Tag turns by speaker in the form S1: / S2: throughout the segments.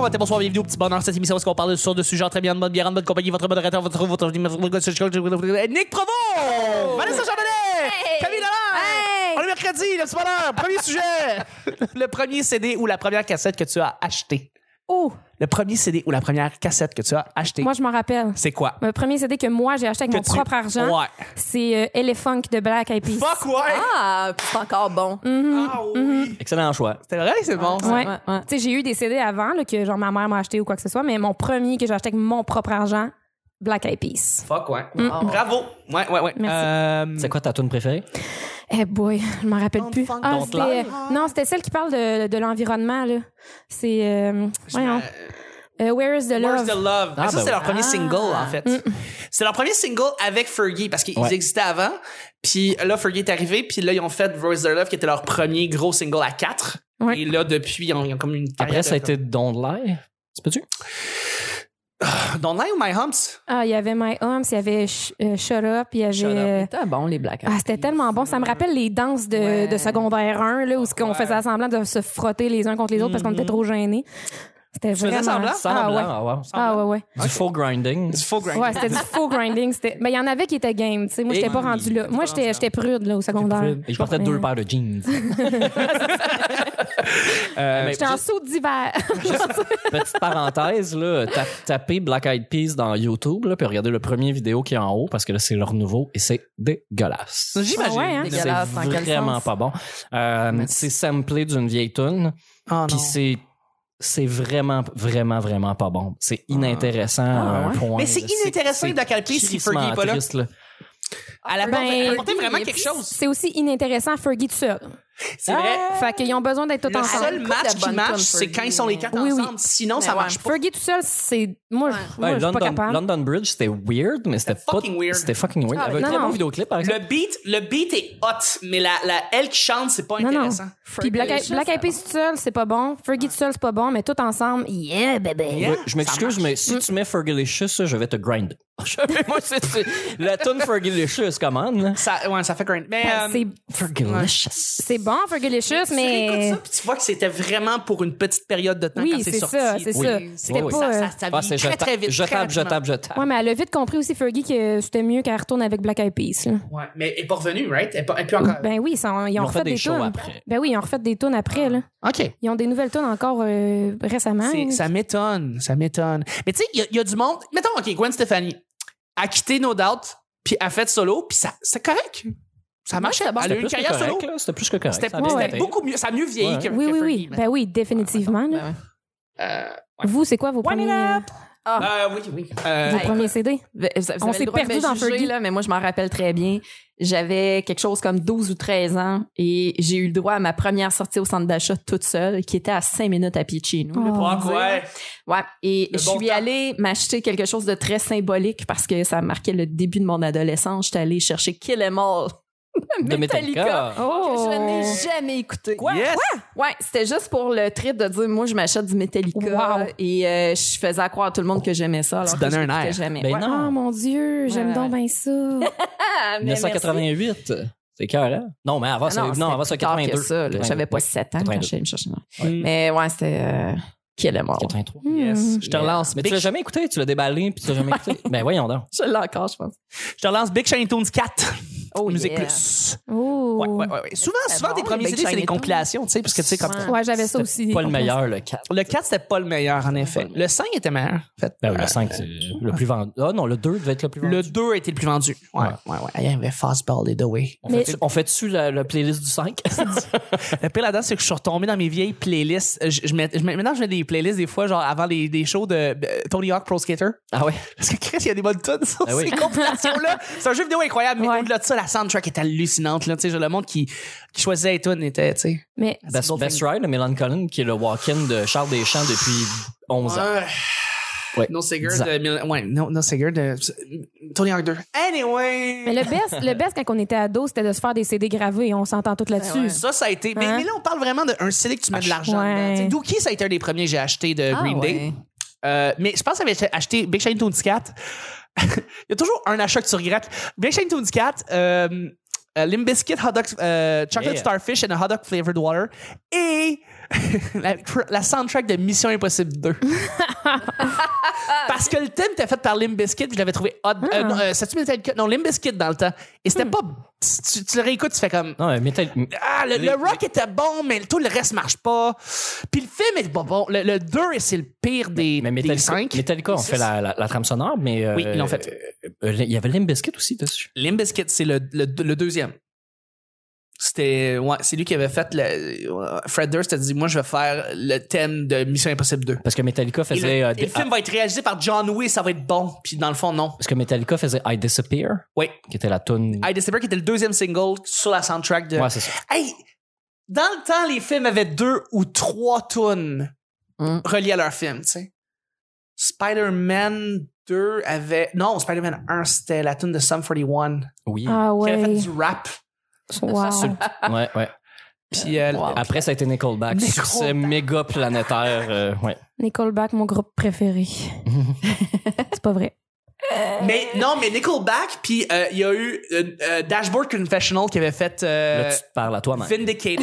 S1: matin, bonsoir, bienvenue au petit bonheur. Cette émission, où est-ce qu'on parle sur de sujets très bien de mode, bien en bonne compagnie, votre modérateur, votre votre votre Eh, Nick Provo! Vanessa Charbonnet!
S2: Hey!
S1: Camille Lalanne!
S2: Hey!
S1: On est mercredi, le petit bonheur, premier sujet! Le premier CD ou la première cassette que tu as acheté.
S2: Oh,
S1: Le premier CD ou la première cassette que tu as acheté.
S2: moi, je m'en rappelle.
S1: C'est quoi?
S2: Le premier CD que moi, j'ai acheté avec
S1: Que
S2: mon
S1: tu-
S2: propre argent,
S1: Ouais.
S2: c'est euh, Elephant de Black Eyed Peas.
S1: Fuck ouais!
S3: Ah, puis c'est encore bon.
S2: Mm.
S1: Ah oui!
S4: Excellent choix.
S1: C'est vrai, c'est bon. ça.
S2: Ouais.
S3: Ouais, ouais.
S2: Tu sais, j'ai eu des CD avant là, que genre ma mère m'a acheté ou quoi que ce soit, mais mon premier que j'ai acheté avec mon propre argent, Black Eyed Peas.
S1: Fuck ouais. Bravo! Ouais, ouais, ouais.
S2: Merci.
S1: Euh,
S4: C'est quoi ta tune préférée?
S2: Eh boy, je m'en rappelle plus.
S1: funk,
S2: Ah,
S4: don't
S2: c'était-
S4: lie.
S2: non, c'était celle qui parle de, de l'environnement là. C'est euh, voyons. Euh, Where is
S1: Where's
S2: the love? Ah. Mm.
S1: the Love?
S4: Ah,
S1: Mais ça,
S4: ben
S1: c'est leur
S4: oui.
S1: premier single, en fait. C'est leur premier single avec Fergie, parce qu'ils
S4: Ouais.
S1: existaient avant. Puis là, Fergie est arrivé, puis là, ils ont fait Where's the Love, qui était leur premier gros single à quatre.
S2: Ouais.
S1: Et là, depuis, ils ont, ils ont comme une
S2: Ah,
S1: carrière
S4: Après, ça a
S1: de-
S4: été Don't Lie. Tu peux-tu?
S1: Don't Lie ou My Humps?
S2: Ah, il y avait My Homes, il y avait Sh- euh, Shut Up, il y avait euh,
S3: C'était bon, les Black Eyed
S2: Ah, c'était
S3: Peas.
S2: tellement bon. Ça me rappelle les danses de,
S3: Ouais.
S2: de secondaire 1, là, où ce qu'on
S1: Ouais.
S2: faisait semblant de se frotter les uns contre les autres parce qu'on était trop gênés. C'était
S1: faisais
S2: vraiment...
S1: semblant?
S2: Ah
S4: Semblant,
S2: ouais.
S4: ah ouais.
S2: Ah ouais, ouais.
S4: Du faux grinding.
S1: Du faux grind.
S2: Ouais, c'était du faux grinding. C'était- Ben, il y en avait qui étaient game, tu sais. Moi, j'étais
S4: Et-
S2: pas rendu là. Moi, j'étais j'étais prude, là, au secondaire.
S4: Et je portais deux paires de jeans. Euh,
S2: J'étais en saut d'hiver.
S4: Petite parenthèse, là, ta- tapez Black Eyed Peas dans YouTube, là, puis regardez le premier vidéo qui est en haut, parce que là, c'est leur nouveau et c'est dégueulasse.
S1: J'imagine.
S2: Ah ouais, hein?
S4: C'est
S3: Dégueulasse, dans quel
S4: vraiment
S3: sens?
S4: pas bon. Euh, c'est samplé d'une vieille tune,
S1: Oh,
S4: puis
S1: non.
S4: c'est c'est vraiment vraiment vraiment pas bon. C'est inintéressant à un
S3: ouais?
S4: point.
S1: Mais c'est
S4: là.
S1: inintéressant,
S4: c'est
S1: Black Eyed Peas, si
S4: crissement
S1: Fergie est pas là.
S4: triste, là.
S1: À la
S2: Ben,
S1: base, apporter vraiment
S3: il est
S1: quelque
S3: plus-
S1: chose.
S2: C'est aussi inintéressant, Fergie tout seul.
S1: C'est vrai.
S2: Fait qu'ils ont besoin d'être tout
S1: Le
S2: ensemble.
S1: seul
S3: couple
S1: match
S3: de
S1: qui
S3: bonnes
S1: match,
S3: tunes
S1: c'est
S3: Fergie.
S1: quand ils sont les quatre
S2: Oui, oui.
S1: ensemble. Sinon,
S3: Mais
S1: ça
S3: ouais.
S1: marche pas.
S2: Fergie tout seul, c'est... Moi, je- moi,
S4: Ouais,
S2: je suis pas
S4: London,
S2: capable.
S4: London Bridge, c'était weird, mais
S1: C'était
S4: c'était pas-
S1: fucking weird.
S4: C'était fucking weird.
S3: Ah,
S4: Avec
S2: non,
S4: un très
S2: non.
S4: beau vidéoclip, par exemple.
S1: Le beat, le beat est hot, mais la, la elle qui chante, c'est pas
S2: Non, non.
S1: intéressant.
S2: Puis Black Eyed
S3: Fergie,
S2: Black Eyed Peas tout seul, c'est pas bon. Fergie tout seul, c'est pas bon. Mais tout ensemble, yeah, bébé.
S1: Yeah,
S4: Oui, je m'excuse,
S1: ça
S4: mais si tu mets Fergalicious, ça, je vais te grind. Je- Moi, c'est- c'est- la tune Fergalicious, commande, là.
S1: Ça, ouais, ça fait grind. Mais, euh,
S2: Ben, C'est
S4: Fergalicious.
S2: c'est bon, Fergalicious,
S1: Tu réécoutes
S2: mais...
S1: ça, puis tu vois que c'était vraiment pour une petite période de temps quand
S2: Oui,
S1: c'est
S2: c'est
S1: sorti.
S2: ça, c'est
S4: Oui.
S2: ça.
S4: Oui,
S2: C'était
S4: oui.
S2: pas...
S1: Ça,
S2: euh,
S1: ça, ça
S4: Ah,
S1: vit
S4: c'est
S1: très,
S4: je
S1: très
S4: tape,
S1: vite.
S4: je
S1: très
S4: tape, je
S1: rapidement.
S4: tape, je tape.
S2: Ouais, mais elle a vite compris aussi, Fergie, que c'était mieux qu'elle retourne avec Black Eyed Peas. là.
S1: Ouais, mais elle est pas revenue, right? Elle est pas, elle est plus encore.
S2: Ben oui, ils, sont- ils ont
S4: ont
S2: refait
S4: fait des
S2: des,
S4: shows
S2: tunes.
S4: après.
S2: Ben oui, ils ont refait des tunes
S1: Ah.
S2: après. Là.
S1: OK.
S2: Ils ont des nouvelles tunes encore euh, récemment.
S1: C'est- Ça m'étonne, ça m'étonne. Mais tu sais, il y a- il y, a du monde. Mettons, OK, Gwen Stefani a quitté No Doubt, puis a fait solo, puis ça, c'est correct. Ça marchait. elle a eu une
S4: C'était plus que
S1: carrière solo.
S4: correct, là. C'était plus que correct.
S1: C'était
S4: Ça a bien
S2: ouais.
S1: c'était
S4: été.
S1: beaucoup mieux. Ça a mieux vieilli que,
S4: Ouais.
S2: Oui,
S1: que
S2: oui, oui.
S1: Fergie,
S2: Ben oui, définitivement. là.
S3: Ben
S1: Euh,
S2: Vous, c'est quoi vos
S1: One
S2: premiers,
S1: it
S2: euh,
S1: up. euh, oui, oui. Euh,
S2: vos
S3: Ben,
S2: premiers CD?
S3: ouais. Vous- vous
S2: On
S3: avez
S2: s'est
S3: le droit de
S2: perdu
S3: me
S2: dans
S3: juger,
S2: Fergie.
S3: là, mais moi, je m'en rappelle très bien. J'avais quelque chose comme 12 ou 13 ans et j'ai eu le droit à ma première sortie au centre d'achat toute seule, qui était à 5 minutes à pied de chez nous. là,
S2: Oh.
S3: pour
S1: ouais,
S3: vous dire.
S1: ouais.
S3: Ouais, et
S1: Le
S3: je
S1: bon
S3: suis
S1: temps.
S3: allée m'acheter quelque chose de très symbolique parce que ça marquait le début de mon adolescence. J'étais allée chercher Kill Em All
S4: De Metallica.
S3: que
S2: Oh!
S3: je n'ai jamais écouté.
S1: Yes.
S3: Ouais, c'était juste pour le trip de dire moi je m'achète du Metallica
S2: Wow.
S3: et euh, je faisais croire à tout le monde que j'aimais ça alors
S1: Tu
S3: que
S1: donnais
S3: je
S1: un
S3: l'écoutais
S1: air.
S3: jamais.
S4: Ben
S3: Ouais.
S2: Ah,
S1: Oh,
S4: non.
S2: mon Dieu, j'aime
S3: Ouais,
S2: donc bien ça.
S3: Ah, mais merci.
S4: 1988. C'est cœur, hein? Non, mais avant
S3: Ah
S4: ça,
S3: non,
S4: non, avant ça,
S3: c'était plus tard que
S4: 82.
S3: ça, là. J'avais pas 7 ans quand
S4: 82.
S3: j'allais me chercher.
S1: Mm.
S3: Mais ouais, c'était euh, Kill Em All.
S4: 83.
S1: Yes.
S2: Hmm.
S1: Je te relance.
S4: Mais tu l'as jamais écouté, tu l'as déballé, puis tu l'as jamais écouté. ben voyons donc.
S3: Je l'ai encore, je pense.
S1: Je te relance Big Shiny Tunes 4.
S3: Oh,
S1: Musique
S3: yeah.
S1: Plus.
S2: Oh.
S1: Ouais, ouais, ouais, ouais. Souvent,
S3: C'était
S1: souvent,
S3: bon,
S1: tes premiers
S3: Big
S1: CD, c'est
S3: Shiny
S1: des
S3: Tunes.
S1: compilations, tu sais, parce que tu sais, comme.
S3: Ouais.
S2: Ouais, j'avais ça aussi.
S4: Pas le meilleur, le 4.
S1: Le 4, c'était pas le meilleur, en effet. Le 5 était meilleur, en fait.
S4: Ben, oui, le 5, c'est le plus vendu. Ah non, le 2 devait être le plus vendu.
S1: Le 2 était le plus vendu. Ouais, ouais, ouais. Il y avait Fastball et The Way.
S4: On
S2: Mais-
S4: fait-tu- On fait-tu la, la playlist du 5?
S1: Le pire là-dedans, c'est que je suis retombé dans mes vieilles playlists. Je, je mets- je mets- maintenant, je mets des playlists des fois, genre avant des, des shows de euh, Tony Hawk Pro Skater.
S4: ah ouais?
S1: Parce que Chris, il y a des bonnes tunes sur
S4: Ah oui.
S1: ces compilations-là. C'est un jeu vidéo incroyable, mais
S2: Ouais.
S1: au-delà de ça, la soundtrack est hallucinante. Là, Tu sais, je- le monde qui, qui choisissait les tunes était, tu sais.
S2: Mais
S4: Best,
S1: Goldfinger.
S4: Best Ride, le Mélan Collin, qui est le walk-in de Charles Deschamps depuis 11 ans. Ouais.
S1: Euh, No Seger
S4: Exact.
S1: de. mille- Ouais, no, no Seger de. Tony Hawk 2. Anyway!
S2: Mais le best, le best quand on était ado, c'était de se faire des CD gravés. On s'entend tout là-dessus.
S3: Ah ouais.
S1: Ça, ça a été. Mais,
S2: Hein?
S1: mais là, on parle vraiment d'un CD que tu mets de l'argent.
S2: Ouais.
S1: dedans. Tu sais, Dookie, ça a été un des premiers que j'ai acheté de
S3: Ah,
S1: Green Day.
S3: ouais.
S1: Euh, mais je pense que j'avais acheté Big Shiny Toons 4. Il y a toujours un achat que tu regrettes. Big Shiny Toons 4, euh, euh, Limp Bizkit Hot Dog, euh, Chocolate
S4: Yeah.
S1: Starfish and a Hot Dog Flavored Water. Et la, tr- la soundtrack de Mission Impossible 2. Parce que le thème était fait par Limp Bizkit, je l'avais trouvé hot.
S3: Ah.
S1: Euh, non, euh, c'est-tu Metallica? Non, Limp Bizkit dans le temps. Et
S3: Hmm.
S1: c'était pas. Tu, tu le réécoutes, tu fais comme.
S4: Non, mais Metal-
S1: Ah, le,
S4: Les-
S1: le rock était bon, mais tout le reste marche pas. Puis le film est pas bon. Le, 2, c'est le pire des,
S4: mais
S1: des
S4: Metallica,
S1: 5.
S4: Metallica ont
S1: Six.
S4: fait la, la, la trame sonore, mais. euh,
S1: Oui, ils l'ont fait.
S4: euh, il y avait Limp Bizkit aussi dessus.
S1: Limp Bizkit, c'est le, le, le deuxième. C'était ouais, c'est lui qui avait fait le, Fred Durst a dit moi je vais faire le thème de Mission Impossible 2.
S4: Parce que Metallica
S1: Et le,
S4: faisait. euh,
S1: et le
S4: des-
S1: film va être réalisé par John Woo, et ça va être bon. Puis dans le fond non.
S4: Parce que Metallica faisait I Disappear,
S1: Oui.
S4: qui était la tune.
S1: I December qui était le deuxième single sur la soundtrack de
S4: Ouais, c'est ça.
S1: Hey, dans le temps les films avaient deux ou trois tunes
S3: Mm.
S1: reliées à leur film, tu sais. Spider-Man 2 avait non, Spider-Man 1 c'était la tune de Sum 41
S4: Oui.
S2: Ah
S1: qui avait fait
S2: ouais.
S1: du rap.
S2: Wow.
S4: Ouais, ouais.
S1: Puis euh,
S3: Wow.
S4: Après, ça a été Nickelback.
S1: Nickelback.
S4: Succès méga planétaire. euh, ouais.
S2: Nickelback, mon groupe préféré. c'est pas vrai.
S1: Mais non, mais Nickelback, puis euh, il y a eu euh, euh, Dashboard Confessional qui avait fait euh,
S4: Là, tu te parles à toi-même.
S1: Vindicated.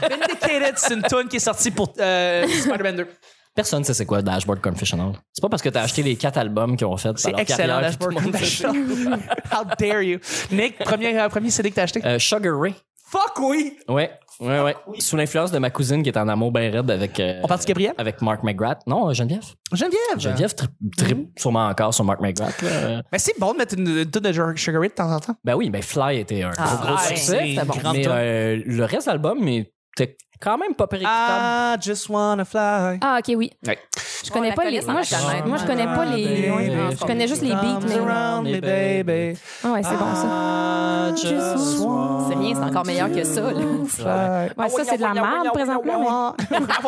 S1: Vindicated, c'est une tune qui est sortie pour euh, Spider-Man 2.
S4: Personne sait c'est quoi Dashboard Confessional. C'est pas parce que t'as acheté les quatre albums qu'ils ont fait.
S1: C'est
S4: par leur
S1: excellent,
S4: carrière que tout
S1: Dashboard
S4: le monde fait ça.
S1: Confessional. How dare you. Nick, premier, euh, premier CD que t'as acheté.
S4: Euh, Sugar Ray.
S1: Fuck oui!
S4: Ouais. Ouais, ouais. Sous l'influence de ma cousine qui est en amour bien raide avec. euh,
S1: On parle de Gabriel?
S4: avec Mark McGrath. Non, euh, Geneviève.
S1: Geneviève!
S4: Geneviève trip, trip
S1: Mhm.
S4: sûrement encore sur Mark McGrath. là. Euh,
S1: Mais c'est bon de mettre une, une tune de Sugar Ray de temps en temps.
S4: Ben oui, ben Fly était un
S3: Ah,
S4: gros, gros
S3: Fly,
S4: succès.
S3: c'était bon.
S4: Mais
S1: grande
S4: euh, le reste de l'album était quand même
S1: Ah.
S4: pas péricable.
S1: I just wanna fly.
S2: Ah, ok, oui.
S1: Ouais.
S2: Je connais
S3: On
S2: pas
S3: la
S2: les.
S3: connaît,
S2: Moi,
S3: ça, la
S2: je,
S3: connaît.
S2: moi, je connais pas les.
S1: Baby,
S2: ouais, je connais juste les beats, mais.
S1: Arms around me, baby.
S2: Ah ouais, c'est bon ça.
S4: Ah,
S1: I just wanna
S3: C'est rien, c'est encore meilleur que ça. là.
S1: fly.
S2: Ouais, ça, c'est de la merde présentement.
S1: Ah,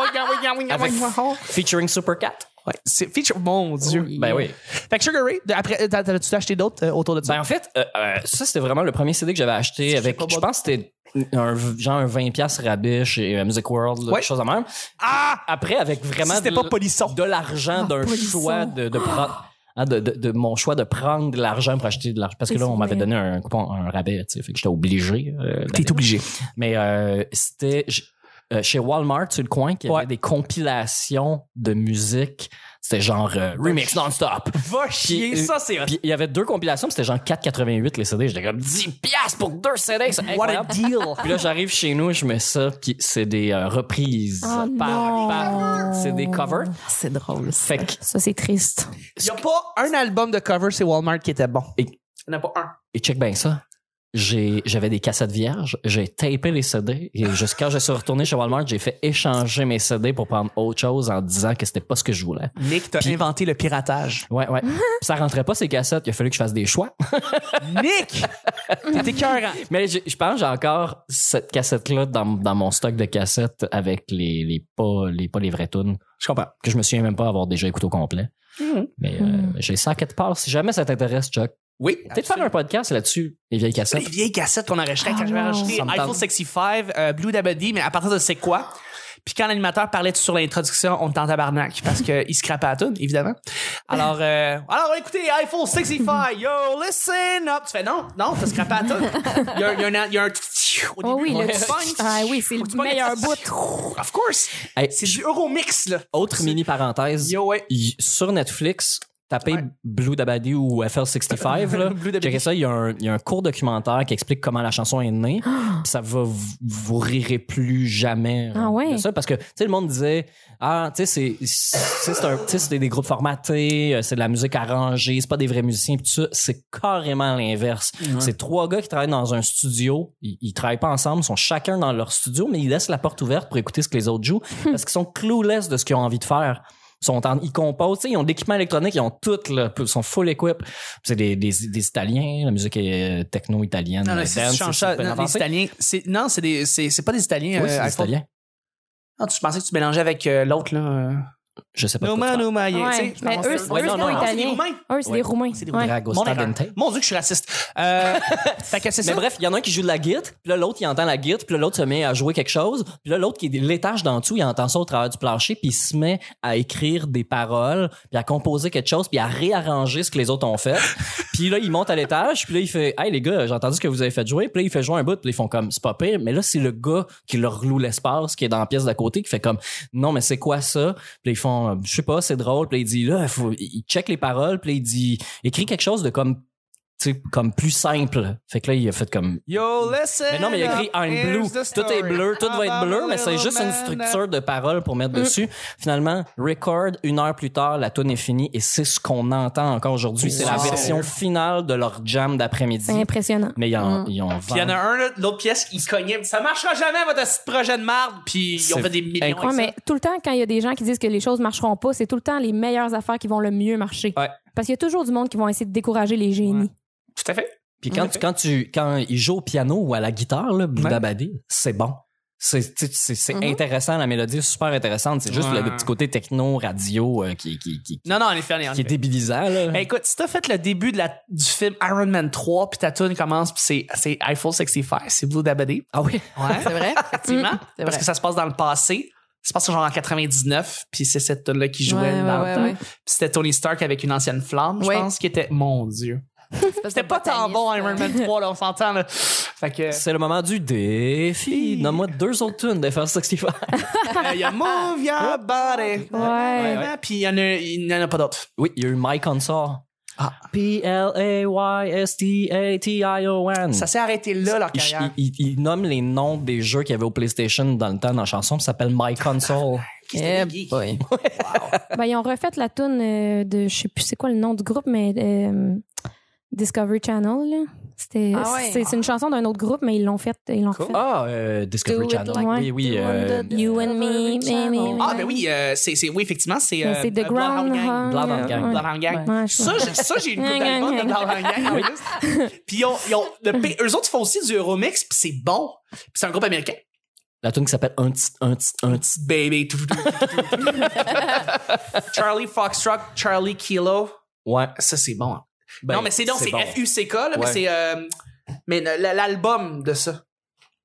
S4: Avec- featuring Supercat.
S1: Ouais, c'est feature. Mon Dieu.
S4: Ben oui.
S1: Fait que Sugar Ray, de- après, t'as- t'as-tu acheté d'autres euh, autour de ça?
S4: Ben en fait, euh, euh, ça c'était vraiment le premier CD que j'avais acheté avec.
S1: pas
S4: Je
S1: bon.
S4: pense que c'était un, genre un 20$ rabais chez euh, Music World, là,
S1: Ouais.
S4: quelque chose de même.
S1: ah!
S4: Après, avec vraiment.
S1: Si c'était
S4: de-
S1: pas polisson.
S4: de l'argent d'un
S2: Ah, polisson.
S4: choix de, de prendre. hein, de, de- de mon choix de prendre de l'argent pour acheter de l'argent. Parce que
S2: C'est
S4: là, on m'avait
S2: vrai.
S4: donné un coupon, un rabais, tu sais, fait que j'étais obligé. euh, d'aller.
S1: T'es obligé.
S4: Mais euh, c'était j- euh, chez Walmart, sur le coin, qui
S1: Ouais.
S4: avait des compilations de musique. C'était genre euh, remix non-stop.
S1: Va chier, ça, c'est
S4: Puis il y avait deux compilations, puis c'était genre 4,88 les CD. J'étais comme 10 piastres pour deux CD, c'est
S1: What a
S4: incroyable.
S1: deal!
S4: Puis là, j'arrive chez nous, je mets ça, puis c'est des euh, reprises.
S2: Oh non.
S4: c'est des covers.
S3: Ah, C'est drôle.
S4: Fait que
S2: Ça, c'est triste.
S1: Il a pas un album de cover, c'est Walmart qui était bon.
S4: Et-
S1: Il n'y en a pas un.
S4: Et check bien ça. J'ai- J'avais des cassettes vierges, j'ai tapé les CD et jusqu'à quand je suis retourné chez Walmart, j'ai fait échanger mes CD pour prendre autre chose en disant que c'était pas ce que je voulais.
S1: Nick, t'as inventé le piratage.
S4: Ouais, ouais. Puis ça rentrait pas ces cassettes, il a fallu que je fasse des choix.
S1: Nick! T'es écœurant.
S4: Mais j'ai- je pense que j'ai encore cette cassette-là dans, dans mon stock de cassettes avec les, les pas, les pas les vraies tunes. Je comprends. Que je me souviens même pas avoir déjà écouté au complet. Mais euh,
S2: Mhm.
S4: j'ai ça quelque part. Si jamais ça t'intéresse, Chuck,
S1: Oui.
S4: peut-être faire un podcast là-dessus, les vieilles cassettes.
S1: Les vieilles cassettes qu'on enregistrait
S2: Ah
S1: quand j'avais
S2: non.
S1: enregistré
S4: Ça me
S1: Eiffel
S4: tente.
S1: 65, euh, Blue Dabody, mais à partir de c'est quoi. Puis quand l'animateur parlait sur l'introduction, on était en tabarnak parce qu'il scrapait à tout, évidemment. Alors, euh, alors écoutez, Eiffel 65, yo, listen up. Tu fais non, non, ça scrapait à tout. Il y a, il y a un. il y a un au
S2: Oh
S1: début,
S2: oui,
S1: on
S2: le.
S1: est fun.
S2: Ah oui, c'est
S1: Tu
S2: le
S1: pognes-
S2: meilleur bout.
S1: Of course.
S4: Hey,
S1: C'est du Euromix, là.
S4: autre mini parenthèse.
S1: Yo, ouais.
S4: y- sur Netflix, tapez
S1: Ouais.
S4: Blue Dabadi ou FL65. là.
S1: Blue Dabadi.
S4: Checkez ça, il y, a un- il y a un court documentaire qui explique comment la chanson est née. Puis ça va, vous- vous rirez plus jamais
S2: Ah
S4: euh,
S2: ouais?
S4: de ça. Parce que, tu sais, le monde disait, ah, tu sais, c'est- c'est c'est un- tu sais, c'est des, des groupes formatés, euh, c'est de la musique arrangée, c'est pas des vrais musiciens. Puis tout ça, c'est carrément l'inverse. C'est trois gars qui travaillent dans un studio, ils, ils travaillent pas ensemble, ils sont chacun dans leur studio, mais ils laissent la porte ouverte pour écouter ce que les autres jouent parce qu'ils sont clueless de ce qu'ils ont envie de faire. Ils sont en, ils composent, tu sais, ils ont de l'équipement électronique, ils ont tout, là, ils sont full equip. C'est des, des, des Italiens, la musique est euh, techno-italienne.
S1: Non, non,
S4: euh,
S1: si
S4: dance,
S1: tu changes
S4: c'est
S1: ça,
S4: super
S1: non, les
S4: avancé.
S1: Italiens, c'est, non, c'est des, c'est, c'est pas des Italiens.
S4: Oui,
S1: euh,
S4: c'est des
S1: Eiffel.
S4: Italiens.
S1: Non, tu- je pensais que tu mélangeais avec euh, l'autre, là. euh,
S4: je sais pas. de quoi
S1: Noma,
S4: tu
S1: Noma, yeah.
S2: Ouais,
S1: Tu sais,
S2: mais
S1: je pense
S2: eux,
S1: que-
S2: eux,
S4: Ouais,
S2: c'est pas
S4: non, non,
S1: c'est des
S2: italien.
S1: Roumains.
S2: Eux, c'est
S4: Ouais.
S2: des Roumains.
S1: C'est des
S2: Ouais.
S4: parles. Drago
S1: Mon erreur.
S4: Stadente.
S1: Mon Dieu, que je suis raciste. Euh, fait que c'est
S4: Mais
S1: ça.
S4: bref, il y en a un qui joue de la guitare, puis là, l'autre, il entend la guitare, puis là, l'autre se met à jouer quelque chose, puis là, l'autre qui est l'étage d'en dessous, il entend ça au travers du plancher, puis il se met à écrire des paroles, puis à composer quelque chose, puis à réarranger ce que les autres ont fait. puis là, il monte à l'étage, puis là, il fait Hey les gars, j'ai entendu ce que vous avez fait jouer, puis là, il fait jouer un bout, puis là, ils font comme C'est pas pire, mais là, c'est le gars qui leur loue l'espace, qui est dans la pièce d'à côté, qui fait comme Non, mais c'est quoi ça? Puis là, ils font euh, Je sais pas, c'est drôle, puis là, il dit Là, faut... il check les paroles, puis là, il dit Écris quelque chose de comme tu sais, comme plus simple. Fait que là, il a fait comme.
S1: Yo, listen.
S4: Mais non, mais il a écrit
S1: up,
S4: I'm blue.
S1: here's the
S4: Tout
S1: story
S4: est bleu, tout va être
S1: about
S4: bleu,
S1: a
S4: mais c'est
S1: little
S4: juste une
S1: man
S4: structure de paroles pour
S1: Mm.
S4: mettre dessus. Finalement, record, une heure plus tard, la tune est finie et c'est ce qu'on entend encore aujourd'hui. C'est la
S1: Wow.
S4: version finale de leur jam d'après-midi.
S2: C'est impressionnant.
S4: Mais ils
S1: Mm.
S4: ont, ils ont
S1: Puis il y en a
S4: vendu.
S1: un, là, l'autre pièce, il se cognait. Ça marchera jamais, votre petit projet de marde. Puis ils ont
S4: C'est
S1: fait des millions.
S4: incroyable.
S2: Ouais,
S1: avec ça.
S2: mais tout le temps, quand il y a des gens qui disent que les choses marcheront pas, c'est tout le temps les meilleures affaires qui vont le mieux marcher.
S1: Ouais.
S2: Parce qu'il y a toujours du monde qui vont essayer de décourager les génies.
S1: Tout à fait.
S4: Puis quand, tu- quand, tu, quand ils jouent au piano ou à la guitare, là, Blue
S1: Mm. Ouais. Mm-hmm.
S4: Dabadi, c'est bon. C'est tu sais, c'est- c'est
S3: Mhm.
S4: intéressant, la mélodie est super intéressante. C'est juste
S1: Ouais.
S4: le petit côté techno, radio euh, qui, qui, qui,
S1: Non, non, en effet, en effet.
S4: qui est débilisant. Là.
S1: Hey, Ben, écoute, si t'as fait le début de la, du film Iron Man 3, puis ta tune commence, puis c'est, c'est Eiffel 65, c'est Blue Dabadi.
S4: Ah oui?
S1: Ouais,
S3: C'est vrai?
S1: effectivement.
S3: c'est
S1: parce
S3: vrai.
S1: que ça se passe dans le passé. Ça se passe genre en 99, puis c'est cette tune-là qui jouait
S3: Ouais,
S1: dans
S3: ouais,
S1: le temps.
S3: ouais, ouais.
S1: Puis c'était Tony Stark avec une ancienne flamme,
S3: Ouais. hein.
S1: je pense, qui était... Mon Dieu. C'était pas tant bon, Iron Man 3, là, on s'entend, là. Fait que...
S4: C'est le moment du défi. Nomme-moi deux autres tunes de Fast 65.
S1: Il y a Move Your Body.
S2: Ouais.
S1: Puis il y en a- il n'y en a pas d'autres.
S4: Oui, il y a eu My Consort.
S1: Ah.
S4: P-L-A-Y-S-T-A-T-I-O-N.
S1: Ça s'est arrêté là, leur
S4: Il,
S1: carrière.
S4: il- il- il nomme les noms des jeux qu'il y avait au PlayStation dans le temps dans la chanson, puis ça s'appelle My Console.
S3: Eh
S1: C'était
S3: boy.
S2: Ben, ils ont refait la toune euh, de, je sais plus c'est quoi le nom du groupe, mais euh, Discovery Channel. là. C'était,
S3: Ah ouais.
S2: c'est, c'est une chanson d'un autre groupe, mais ils l'ont faite. Ils l'ont
S4: Cool.
S2: fait.
S4: Ah, euh, Discovery
S3: Do it
S4: Channel.
S2: like
S4: oui, oui.
S3: do
S4: euh,
S3: on the-
S2: You and me, me, me, me.
S1: Ah, ben oui, euh, c'est, c'est- oui, effectivement, c'est.
S3: Ben,
S2: Mais
S1: euh,
S2: c'est The
S1: euh, Bloodhound Gang.
S2: Groundhog.
S4: Bloodhound Gang.
S2: Ouais.
S1: Bloodhound Gang.
S2: Ouais, je-
S1: Ça, j'ai, ça, j'ai une coupe d'albums de Bloodhound Gang. en plus. Puis ils ont, ils ont- le P- eux autres, ils font aussi du Euromix, puis c'est bon. Puis c'est un groupe américain.
S4: La tune qui s'appelle Un petit, un petit, un petit.
S1: Baby. tout, tout, tout, tout, tout. Charlie Foxtrot, Charlie Kilo.
S4: Ouais.
S1: Ça, c'est bon. hein.
S4: ben,
S1: non, mais c'est, non, c'est,
S4: bon.
S1: F-U-C-K, là, mais
S4: Ouais.
S1: c'est. euh, mais le- l'album de ça.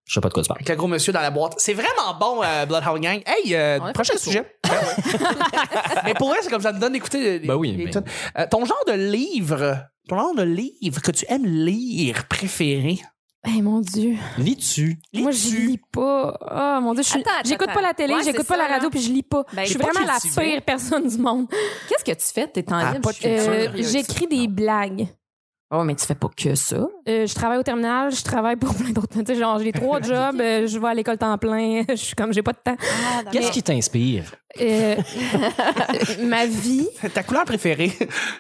S4: Je sais pas de quoi tu parles.
S1: Avec le gros monsieur dans la boîte. C'est vraiment bon, euh, Bloodhound Gang. Hey, euh,
S3: On a fait
S1: prochain
S3: le tour.
S1: sujet. Ouais, ouais. mais pour vrai, c'est comme ça me donne d'écouter. des-
S4: Ben oui,
S1: des
S4: mais-
S1: tunes. Euh, ton genre de livre, ton genre de livre que tu aimes lire préféré.
S2: Eh, mon Dieu.
S4: Lis-tu?
S2: Moi, je
S1: Lis-tu?
S2: lis pas. Ah, mon Dieu. je suis-
S3: Attends, attends,
S2: j'écoute pas la télé,
S3: attends. Ouais,
S2: j'écoute
S3: c'est
S2: pas
S3: ça,
S2: la radio,
S3: là.
S2: puis je lis pas.
S3: Ben,
S2: je suis
S3: t'es pas
S2: vraiment la
S1: cultivée.
S2: pire personne du monde.
S3: Qu'est-ce que tu fais? T'es en
S1: Ah,
S3: libre?
S1: pas de culture.
S2: Euh,
S1: Curiosité.
S2: J'écris des blagues.
S3: Oh, mais tu fais pas que ça.
S2: Euh, je travaille au terminal, je travaille pour plein d'autres. Tu sais, genre, j'ai les trois jobs, euh, je vais à l'école temps plein, je suis comme, j'ai pas de temps.
S3: Ah,
S4: Qu'est-ce qui t'inspire?
S2: Euh, ma vie,
S1: Ta couleur préférée.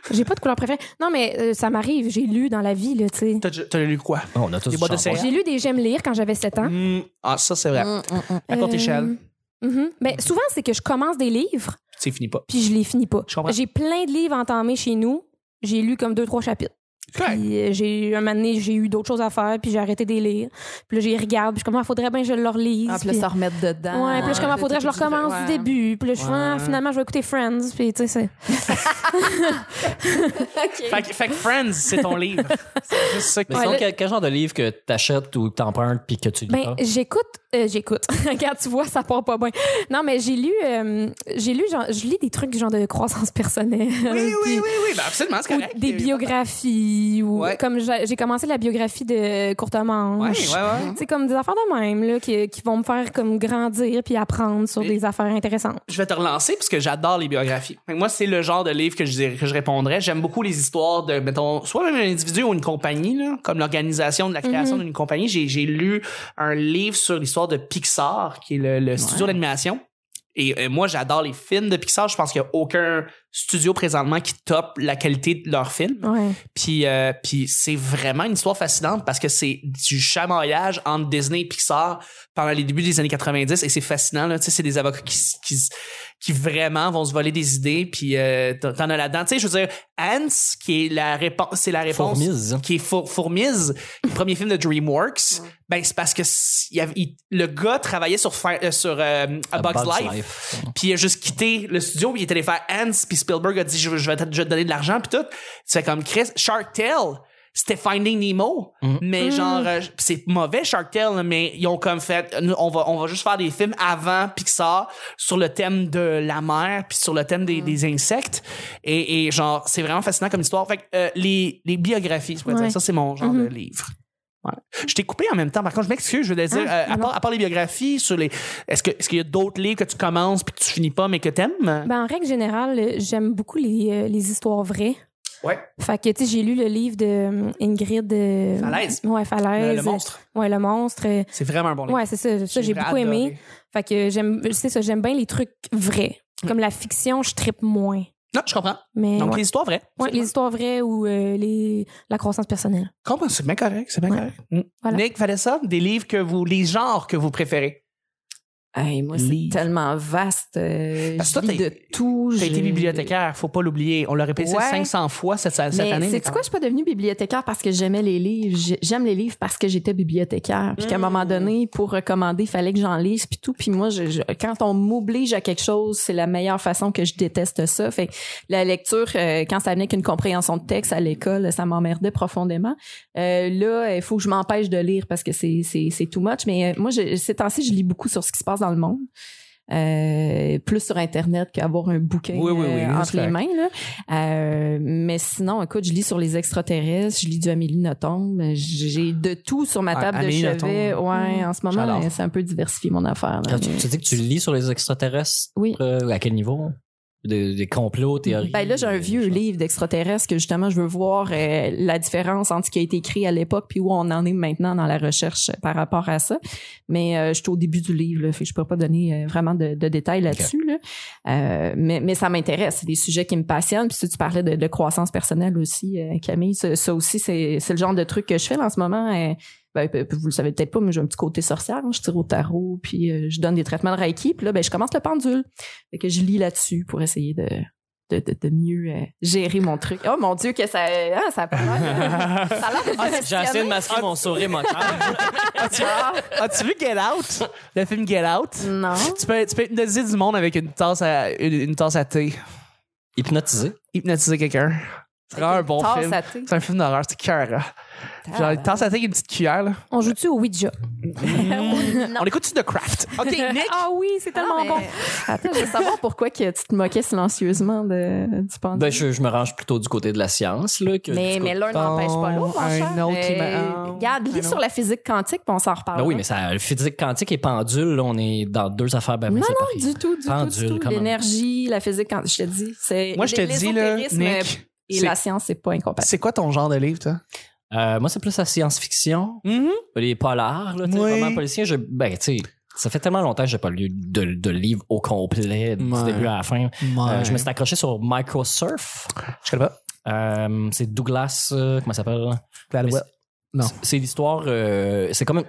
S2: j'ai pas de couleur préférée. Non, mais euh, ça m'arrive, j'ai lu dans la vie, là, tu sais.
S1: T'as t'as lu quoi?
S4: Oh, on a tous
S1: Les
S4: du
S1: boîtes de
S4: shampoing.
S1: céréales.
S2: J'ai lu des J'aime lire quand j'avais 7 ans.
S1: Hmm, ah, ça, c'est vrai.
S3: Hum, hum, hum.
S1: À courte échelle,
S3: Mm.
S2: Mhm. Ben, souvent, c'est que je commence des livres,
S1: c'est fini pas.
S2: puis je les finis pas.
S1: Je comprends.
S2: J'ai plein de livres entamés chez nous. J'ai lu comme deux, trois chapitres.
S1: Correct.
S2: Puis euh, j'ai un moment donné, j'ai eu d'autres choses à faire, puis j'ai arrêté de les lire. Puis là, j'y regarde, puis je commence, faudrait bien que je le relise.
S3: Ah, puis là,
S2: puis-
S3: ça remettre dedans.
S2: Ouais, puis là, je commence,
S3: Puis
S2: faudrait que je le
S3: t'es obligé de-
S2: recommence du
S3: Ouais.
S2: début. Puis là, je fais, ah,
S1: Ouais.
S2: finalement, je vais écouter Friends. Puis, tu sais, c'est.
S1: Fait, que- fait que Friends, c'est ton livre. c'est juste ça que
S4: Mais
S2: Ouais,
S4: sinon,
S2: là-
S4: quel, quel genre de livre que t'achètes ou que t'empruntes puis que tu lis
S2: Ben,
S4: pas?
S2: j'écoute. euh, j'écoute. Regarde, tu vois, ça part pas bien. Non, mais j'ai lu. euh, j'ai lu, genre, je lis des trucs, genre, de croissance
S1: Oui,
S2: personnelle. puis-
S1: oui, oui, oui. Ben absolument, c'est
S2: Ou
S1: correct.
S2: des biographies ou
S1: Ouais.
S2: comme j'ai j'ai commencé la biographie de
S1: Ouais, ouais,
S2: Courtemanche.
S1: ouais.
S2: C'est comme des affaires de même là, qui, qui vont me faire comme grandir puis apprendre sur
S1: Et-
S2: des affaires intéressantes.
S1: je vais te relancer parce que j'adore les biographies. Fait que Moi, c'est le genre de livre que je, dirais- que je répondrais. J'aime beaucoup les histoires de, mettons, soit même un individu ou une compagnie, là, comme l'organisation de la création d'une compagnie. J'ai, j'ai lu un livre sur l'histoire de Pixar, qui est le, le studio d'animation. Et euh, moi, j'adore les films de Pixar. Je pense qu'il n'y a aucun studios présentement qui topent la qualité de leur film.
S2: Ouais.
S1: Puis, euh, puis c'est vraiment une histoire fascinante parce que c'est du chamaillage entre Disney et Pixar pendant les débuts des années 90 et c'est fascinant. Là. Tu sais, C'est des avocats qui, s- qui, s- qui vraiment vont se voler des idées. Puis euh, t'en t'en as là-dedans. Tu sais, je veux dire, Ants, qui est la réponse, c'est la réponse
S4: Fourmise.
S1: qui est four- Fourmise, le premier film de DreamWorks. Ben, c'est parce que s- il y avait- il- le gars travaillait sur, Fi- euh, sur euh, A, Bug's, Life. Puis il a juste quitté le studio, puis il est allé faire Hans, puis Spielberg a dit je, je vais te, je vais te donner de l'argent, puis tout. C'est comme Chris, Shark Tale, c'était Finding Nemo, mais
S2: Mm.
S1: genre euh, pis c'est mauvais Shark Tale, là, mais ils ont comme fait euh, nous, on va on va juste faire des films avant Pixar sur le thème de la mer, puis sur le thème
S2: Mm.
S1: des, des insectes et, et genre c'est vraiment fascinant comme histoire. Fait que euh, les les biographies, je pourrais dire,
S2: Ouais. Mm-hmm.
S1: ça c'est mon genre de livre. Ouais. Je t'ai coupé en même temps. Par contre, je m'excuse. Je voulais dire,
S2: Ah,
S1: euh, à,
S2: non.
S1: part, à part les biographies, sur les, est-ce que est-ce qu'il y a d'autres livres que tu commences puis que tu finis pas mais que t'aimes
S2: Ben, en règle générale, euh, j'aime beaucoup les, euh, les histoires vraies.
S1: Ouais.
S2: Fait que, tu sais, j'ai lu le livre de euh, Ingrid. euh,
S1: Falaise.
S2: Ouais,
S1: Euh,
S2: Falaise.
S1: le monstre.
S2: Ouais, le monstre. euh,
S1: C'est vraiment un bon livre.
S2: Ouais, c'est ça. Ça, j'ai beaucoup
S1: adoré.
S2: aimé. Fait que j'aime, c'est ça, j'aime bien les trucs vrais. Comme la fiction, je tripe moins.
S1: Non, je comprends.
S2: Mais
S1: Mm. Donc
S2: ouais.
S1: les histoires vraies.
S2: Ouais, les histoires vraies ou euh, les, la croissance personnelle.
S1: Comprends, c'est bien correct, c'est bien
S2: Ouais.
S1: correct. Mm.
S2: Voilà.
S1: Nick, Vanessa, des livres que vous, les genres que vous préférez.
S3: Hey, moi, c'est
S1: Livre.
S3: tellement vaste. euh,
S1: Parce que
S3: je
S1: toi,
S3: lis
S1: t'as-
S3: de tout.
S1: J'ai été
S3: je-
S1: bibliothécaire, faut pas l'oublier. On l'a répété
S3: Ouais.
S1: 500 fois cette, cette année.
S3: Mais
S1: mais
S3: c'est
S1: quand
S3: quoi, je suis pas devenue bibliothécaire parce que j'aimais les livres. J'ai- J'aime les livres parce que j'étais bibliothécaire. Puis qu'à un
S1: Mm.
S3: moment donné, pour recommander, il fallait que j'en lise puis tout. Puis moi, je- je- quand on m'oblige à quelque chose, c'est la meilleure façon que je déteste ça. Fait que la lecture, euh, quand ça venait qu'une compréhension de texte à l'école, ça m'emmerdait profondément. Euh, là, il faut que je m'empêche de lire parce que c'est c'est c'est too much. Mais euh, moi, je, ces temps-ci, je lis beaucoup sur ce qui se passe dans le monde. Euh, plus sur Internet qu'avoir un bouquin
S4: Oui, oui, oui,
S3: euh,
S4: c'est
S3: entre les
S4: correct.
S3: mains. Là. Euh, mais sinon, écoute, je lis sur les extraterrestres, je lis du Amélie Nothomb, j'ai de tout sur ma
S1: Ah,
S3: table de
S1: Amélie
S3: chevet.
S1: Nothomb.
S3: Ouais, en ce moment,
S4: J'adore.
S3: euh, c'est un peu diversifié mon affaire. là.
S4: Quand tu, tu dis que tu lis sur les extraterrestres,
S3: Oui.
S4: euh, à quel niveau? Des- des complots, euh, théories?
S3: Ben là, j'ai un vieux
S4: choses.
S3: livre d'extraterrestres que justement, je veux voir euh, la différence entre ce qui a été écrit à l'époque puis où on en est maintenant dans la recherche par rapport à ça. Mais euh, je suis au début du livre, là, fait que je peux pas donner euh, vraiment de, de détails là-dessus. là. Euh, mais, mais ça m'intéresse. C'est des sujets qui me passionnent. Puis si tu parlais de, de croissance personnelle aussi, euh, Camille, ça, ça aussi, c'est c'est le genre de truc que je fais là, en ce moment. euh, ben, p- p- vous le savez peut-être pas, mais j'ai un petit côté sorcière. hein. Je tire au tarot, puis euh, je donne des traitements de Reiki. Puis là, ben, je commence le pendule. Fait que je lis là-dessus pour essayer de, de, de, de mieux euh, gérer mon truc. Oh mon Dieu, que ça, ah, ça a pas mal. ça a l'air de
S4: Ah,
S3: se
S4: j'ai essayé de masquer mon sourire
S3: Ah,
S4: moqueur.
S3: passionner.
S1: As-tu vu Get Out? Le film Get Out?
S3: Ah, Non.
S1: Tu peux, tu peux hypnotiser du monde avec une tasse à, une, une tasse à thé.
S4: Hypnotisé.
S1: Hypnotiser quelqu'un. C'est vraiment un bon
S3: Tasse
S1: film.
S3: à thé.
S1: C'est un film d'horreur, c'est cœur. hein.
S2: Ah,
S1: Genre, une tasse à thé avec une petite cuillère, là.
S2: On joue-tu au Ouija?
S1: Mm. On écoute-tu The Craft? OK, Nick!
S2: Ah oui, c'est
S3: Ah,
S2: tellement
S3: mais-
S2: bon.
S3: Attends, je veux savoir pourquoi que tu te moquais silencieusement de, du pendule.
S4: Ben, je, je me range plutôt du côté de la science, là. Que du
S3: Ah, mais
S4: côté-
S3: mais l'un n'empêche pas l'autre, mon
S1: Un
S3: cher.
S1: autre qui m'a-
S3: Euh, Regarde,
S1: Un
S3: lis
S1: autre.
S3: sur la physique quantique, puis on s'en reparle.
S4: Ben oui, mais ça, le physique quantique et pendule, là, on est dans deux affaires ben bien
S3: Non,
S4: séparées.
S3: Du tout, du
S4: Pendule,
S3: tout, du tout.
S4: quand même.
S3: L'énergie, la physique quantique, je te dis. c'est-
S1: Moi, je te
S3: les- euh,
S1: dis, là,
S3: l'ésotérisme
S1: Nick,
S3: Et
S1: c'est-
S3: la science, c'est pas incompatible.
S1: c'est quoi ton genre de livre, toi?
S4: Euh, moi, c'est plus la science-fiction,
S1: Mm-hmm.
S4: les polars, là, tu sais,
S1: Oui.
S4: romans policiers. Je, ben, tu sais, ça fait tellement longtemps que j'ai pas lu de, de livre au complet, du
S1: Ouais.
S4: début à la fin. Euh, je me
S1: suis-
S4: suis accroché sur Microsurf.
S1: Je connais pas.
S4: Euh, c'est Douglas, euh, comment ça s'appelle? là? Mais
S1: Gladwell. Non.
S4: C'est- C'est l'histoire. euh, c'est comme.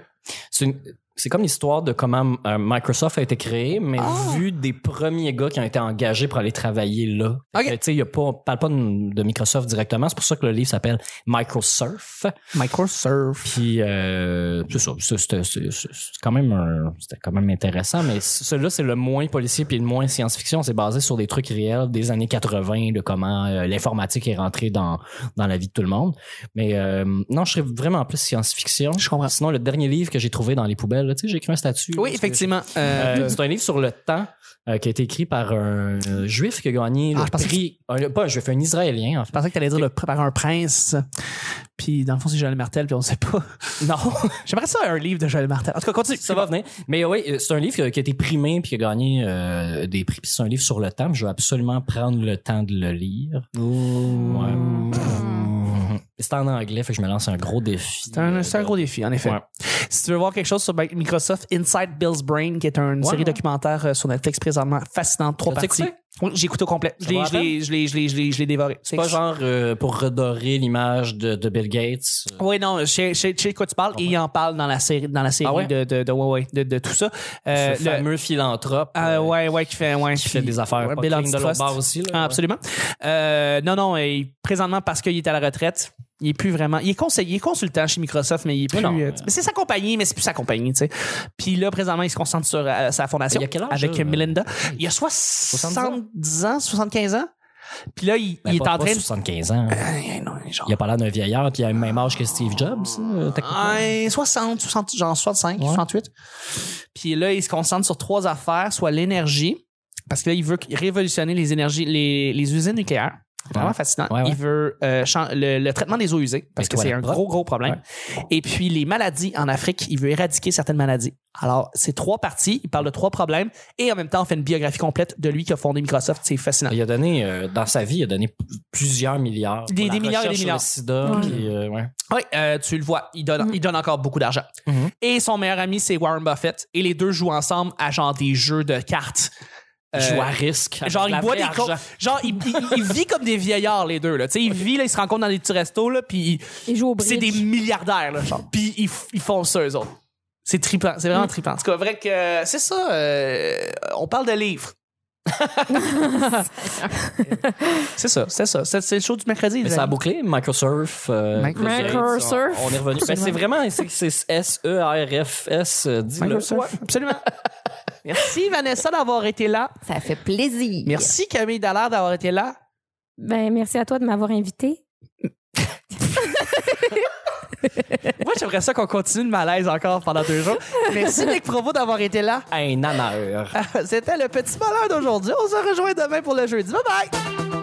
S4: C'est une- c'est comme l'histoire de comment euh, Microsoft a été créé, mais
S1: Ah.
S4: vu des premiers gars qui ont été engagés pour aller travailler là.
S1: Ok.
S4: Fait que, tu sais, y a pas, on parle pas de, de Microsoft directement. C'est pour ça que le livre s'appelle Microsurf.
S1: Microsurf.
S4: Puis, euh, c'est ça. C'est- C'était c'est- c'est- c'est quand, même un- c'était quand même intéressant, mais c- celui-là, c'est le moins policier puis le moins science-fiction. C'est basé sur des trucs réels des années 80, de comment euh, l'informatique est rentrée dans, dans la vie de tout le monde. Mais euh, non, je serais vraiment plus science-fiction.
S1: Je comprends.
S4: Sinon, le dernier livre que j'ai trouvé dans les poubelles, là, tu sais, j'ai écrit un statut.
S1: Oui,
S4: là,
S1: effectivement.
S4: parce que-
S1: Euh,
S4: euh, c'est un livre sur le temps euh, qui a été écrit par un euh, juif qui a gagné
S1: Ah,
S4: le
S1: je pensais que-
S4: prix. un- pas un juif, un israélien, en
S1: Je
S4: fait.
S1: pensais que t'allais dire le préparer un prince. Puis dans le fond, c'est Joël Martel, puis on sait pas.
S4: Non.
S1: J'aimerais ça un livre de Joël Martel. En tout cas, continue.
S4: Ça va venir. Mais euh, oui, euh, c'est un livre qui a, qui a été primé puis qui a gagné euh, des prix. Puis C'est un livre sur le temps. puis Je vais absolument prendre le temps de le lire. Ouais. C'est en anglais, fait que je me lance un gros défi.
S1: C'est un, c'est un gros défi, en effet.
S4: Ouais.
S1: Si tu veux voir quelque chose sur Microsoft, Inside Bill's Brain, qui est une
S4: Ouais,
S1: série
S4: ouais.
S1: documentaire euh, sur Netflix présentement, fascinante, trois
S4: T'as-tu
S1: parties.
S4: écouté?
S1: Oui, j'ai écouté au complet. Je
S4: Ça vaut
S1: l'ai-
S4: la
S1: je l'ai- je l'ai- je l'ai- je l'ai- je l'ai dévoré.
S4: C'est pas genre euh, pour redorer l'image de, de Bill Gates. euh,
S1: Oui, non, je sais- je sais je sais de quoi tu parles et il en parle dans la série, dans la série
S4: Ah ouais?
S1: de, de, de, ouais, ouais, de, de tout ça.
S4: Ce
S1: Euh, le-
S4: fameux philanthrope.
S1: Ah,
S4: euh,
S1: ouais, ouais, qui fait, ouais,
S4: qui fait des affaires
S1: ouais,
S4: pas
S1: Bill
S4: clean de l'autre
S1: Antitrust.
S4: bord aussi, là,
S1: Ah,
S4: ouais.
S1: Absolument. Euh, non, non, et présentement, parce qu'il est à la retraite, il est plus vraiment. Il est conseiller, il est consultant chez Microsoft, mais il est plus.
S4: non,
S1: euh,
S4: euh,
S1: mais c'est sa compagnie, mais c'est plus sa compagnie, tu sais. Puis là, présentement, il se concentre sur euh, sa fondation.
S4: Il y a quel âge,
S1: Avec
S4: euh,
S1: Melinda. Il a 70 ans, 75 ans. Puis là, il,
S4: ben,
S1: il est
S4: pas-
S1: en
S4: pas
S1: train de.
S4: 75 ans.
S1: Eh, non, genre-
S4: Il a pas l'air d'un vieillard, puis il a le même âge que Steve Jobs. euh, techniquement.
S1: Ouais, 60, 60, ben, genre 65,
S4: Ouais.
S1: 68. Puis là, il se concentre sur trois affaires, soit l'énergie, parce que là, il veut révolutionner les énergies, les, les usines nucléaires. C'est Vraiment
S4: Ouais.
S1: fascinant.
S4: Ouais, ouais.
S1: Il veut euh, chan- le, le traitement des eaux usées, parce
S4: Les
S1: que c'est
S4: toilettes
S1: un
S4: propres.
S1: gros, gros problème. Et puis les maladies en Afrique, il veut éradiquer certaines maladies. Alors, c'est trois parties, il parle de trois problèmes, et en même temps, on fait une biographie complète de lui qui a fondé Microsoft. C'est fascinant.
S4: Il a donné, euh, dans sa vie, il a donné p- plusieurs milliards. pour
S1: Des-
S4: la
S1: des milliards et des
S4: recherche sur
S1: milliards.
S4: le sida,
S2: Ouais.
S4: puis, euh, ouais.
S1: Oui, euh, tu le vois, il donne, il donne encore beaucoup d'argent.
S4: Mhm.
S1: Et son meilleur ami, c'est Warren Buffett. Et les deux jouent ensemble à genre des jeux de cartes. Euh,
S4: Il joue à risque.
S1: Genre,
S4: avec
S1: il
S4: la
S1: boit
S4: vraie
S1: des co-
S4: argent.
S1: Genre, il, il- il vit comme des vieillards, les deux. Là. Tu sais, Il vit, là, il se rencontre dans des petits restos, là, puis il-
S2: Il joue au
S1: c'est des
S2: bridge.
S1: milliardaires. Là, genre. Puis ils, f- ils font ça, eux autres. C'est trippant, c'est vraiment trippant. Mm. En tout cas, vrai que euh, c'est ça, euh, on parle de livres. c'est ça, c'est ça. C'est c'est le show du mercredi.
S4: Mais
S1: les
S4: ça a
S1: amis.
S4: bouclé, Microsurf. euh,
S1: Microsurf.
S4: Bill Gates,
S3: Microsurf.
S4: On, on est revenu. Ben, c'est vraiment c'est- c'est E S-E-R-F-S, euh, dis-le.
S1: Ouais, absolument. Merci Vanessa d'avoir été là.
S5: Ça fait plaisir.
S1: Merci Camille Dallaire d'avoir été là.
S2: Ben, merci à toi de m'avoir invité.
S1: Moi, j'aimerais ça qu'on continue le malaise encore pendant deux jours. Merci Nick Provo d'avoir été là.
S4: Un honneur.
S1: C'était le petit malheur d'aujourd'hui. On se rejoint demain pour le jeudi. Bye bye!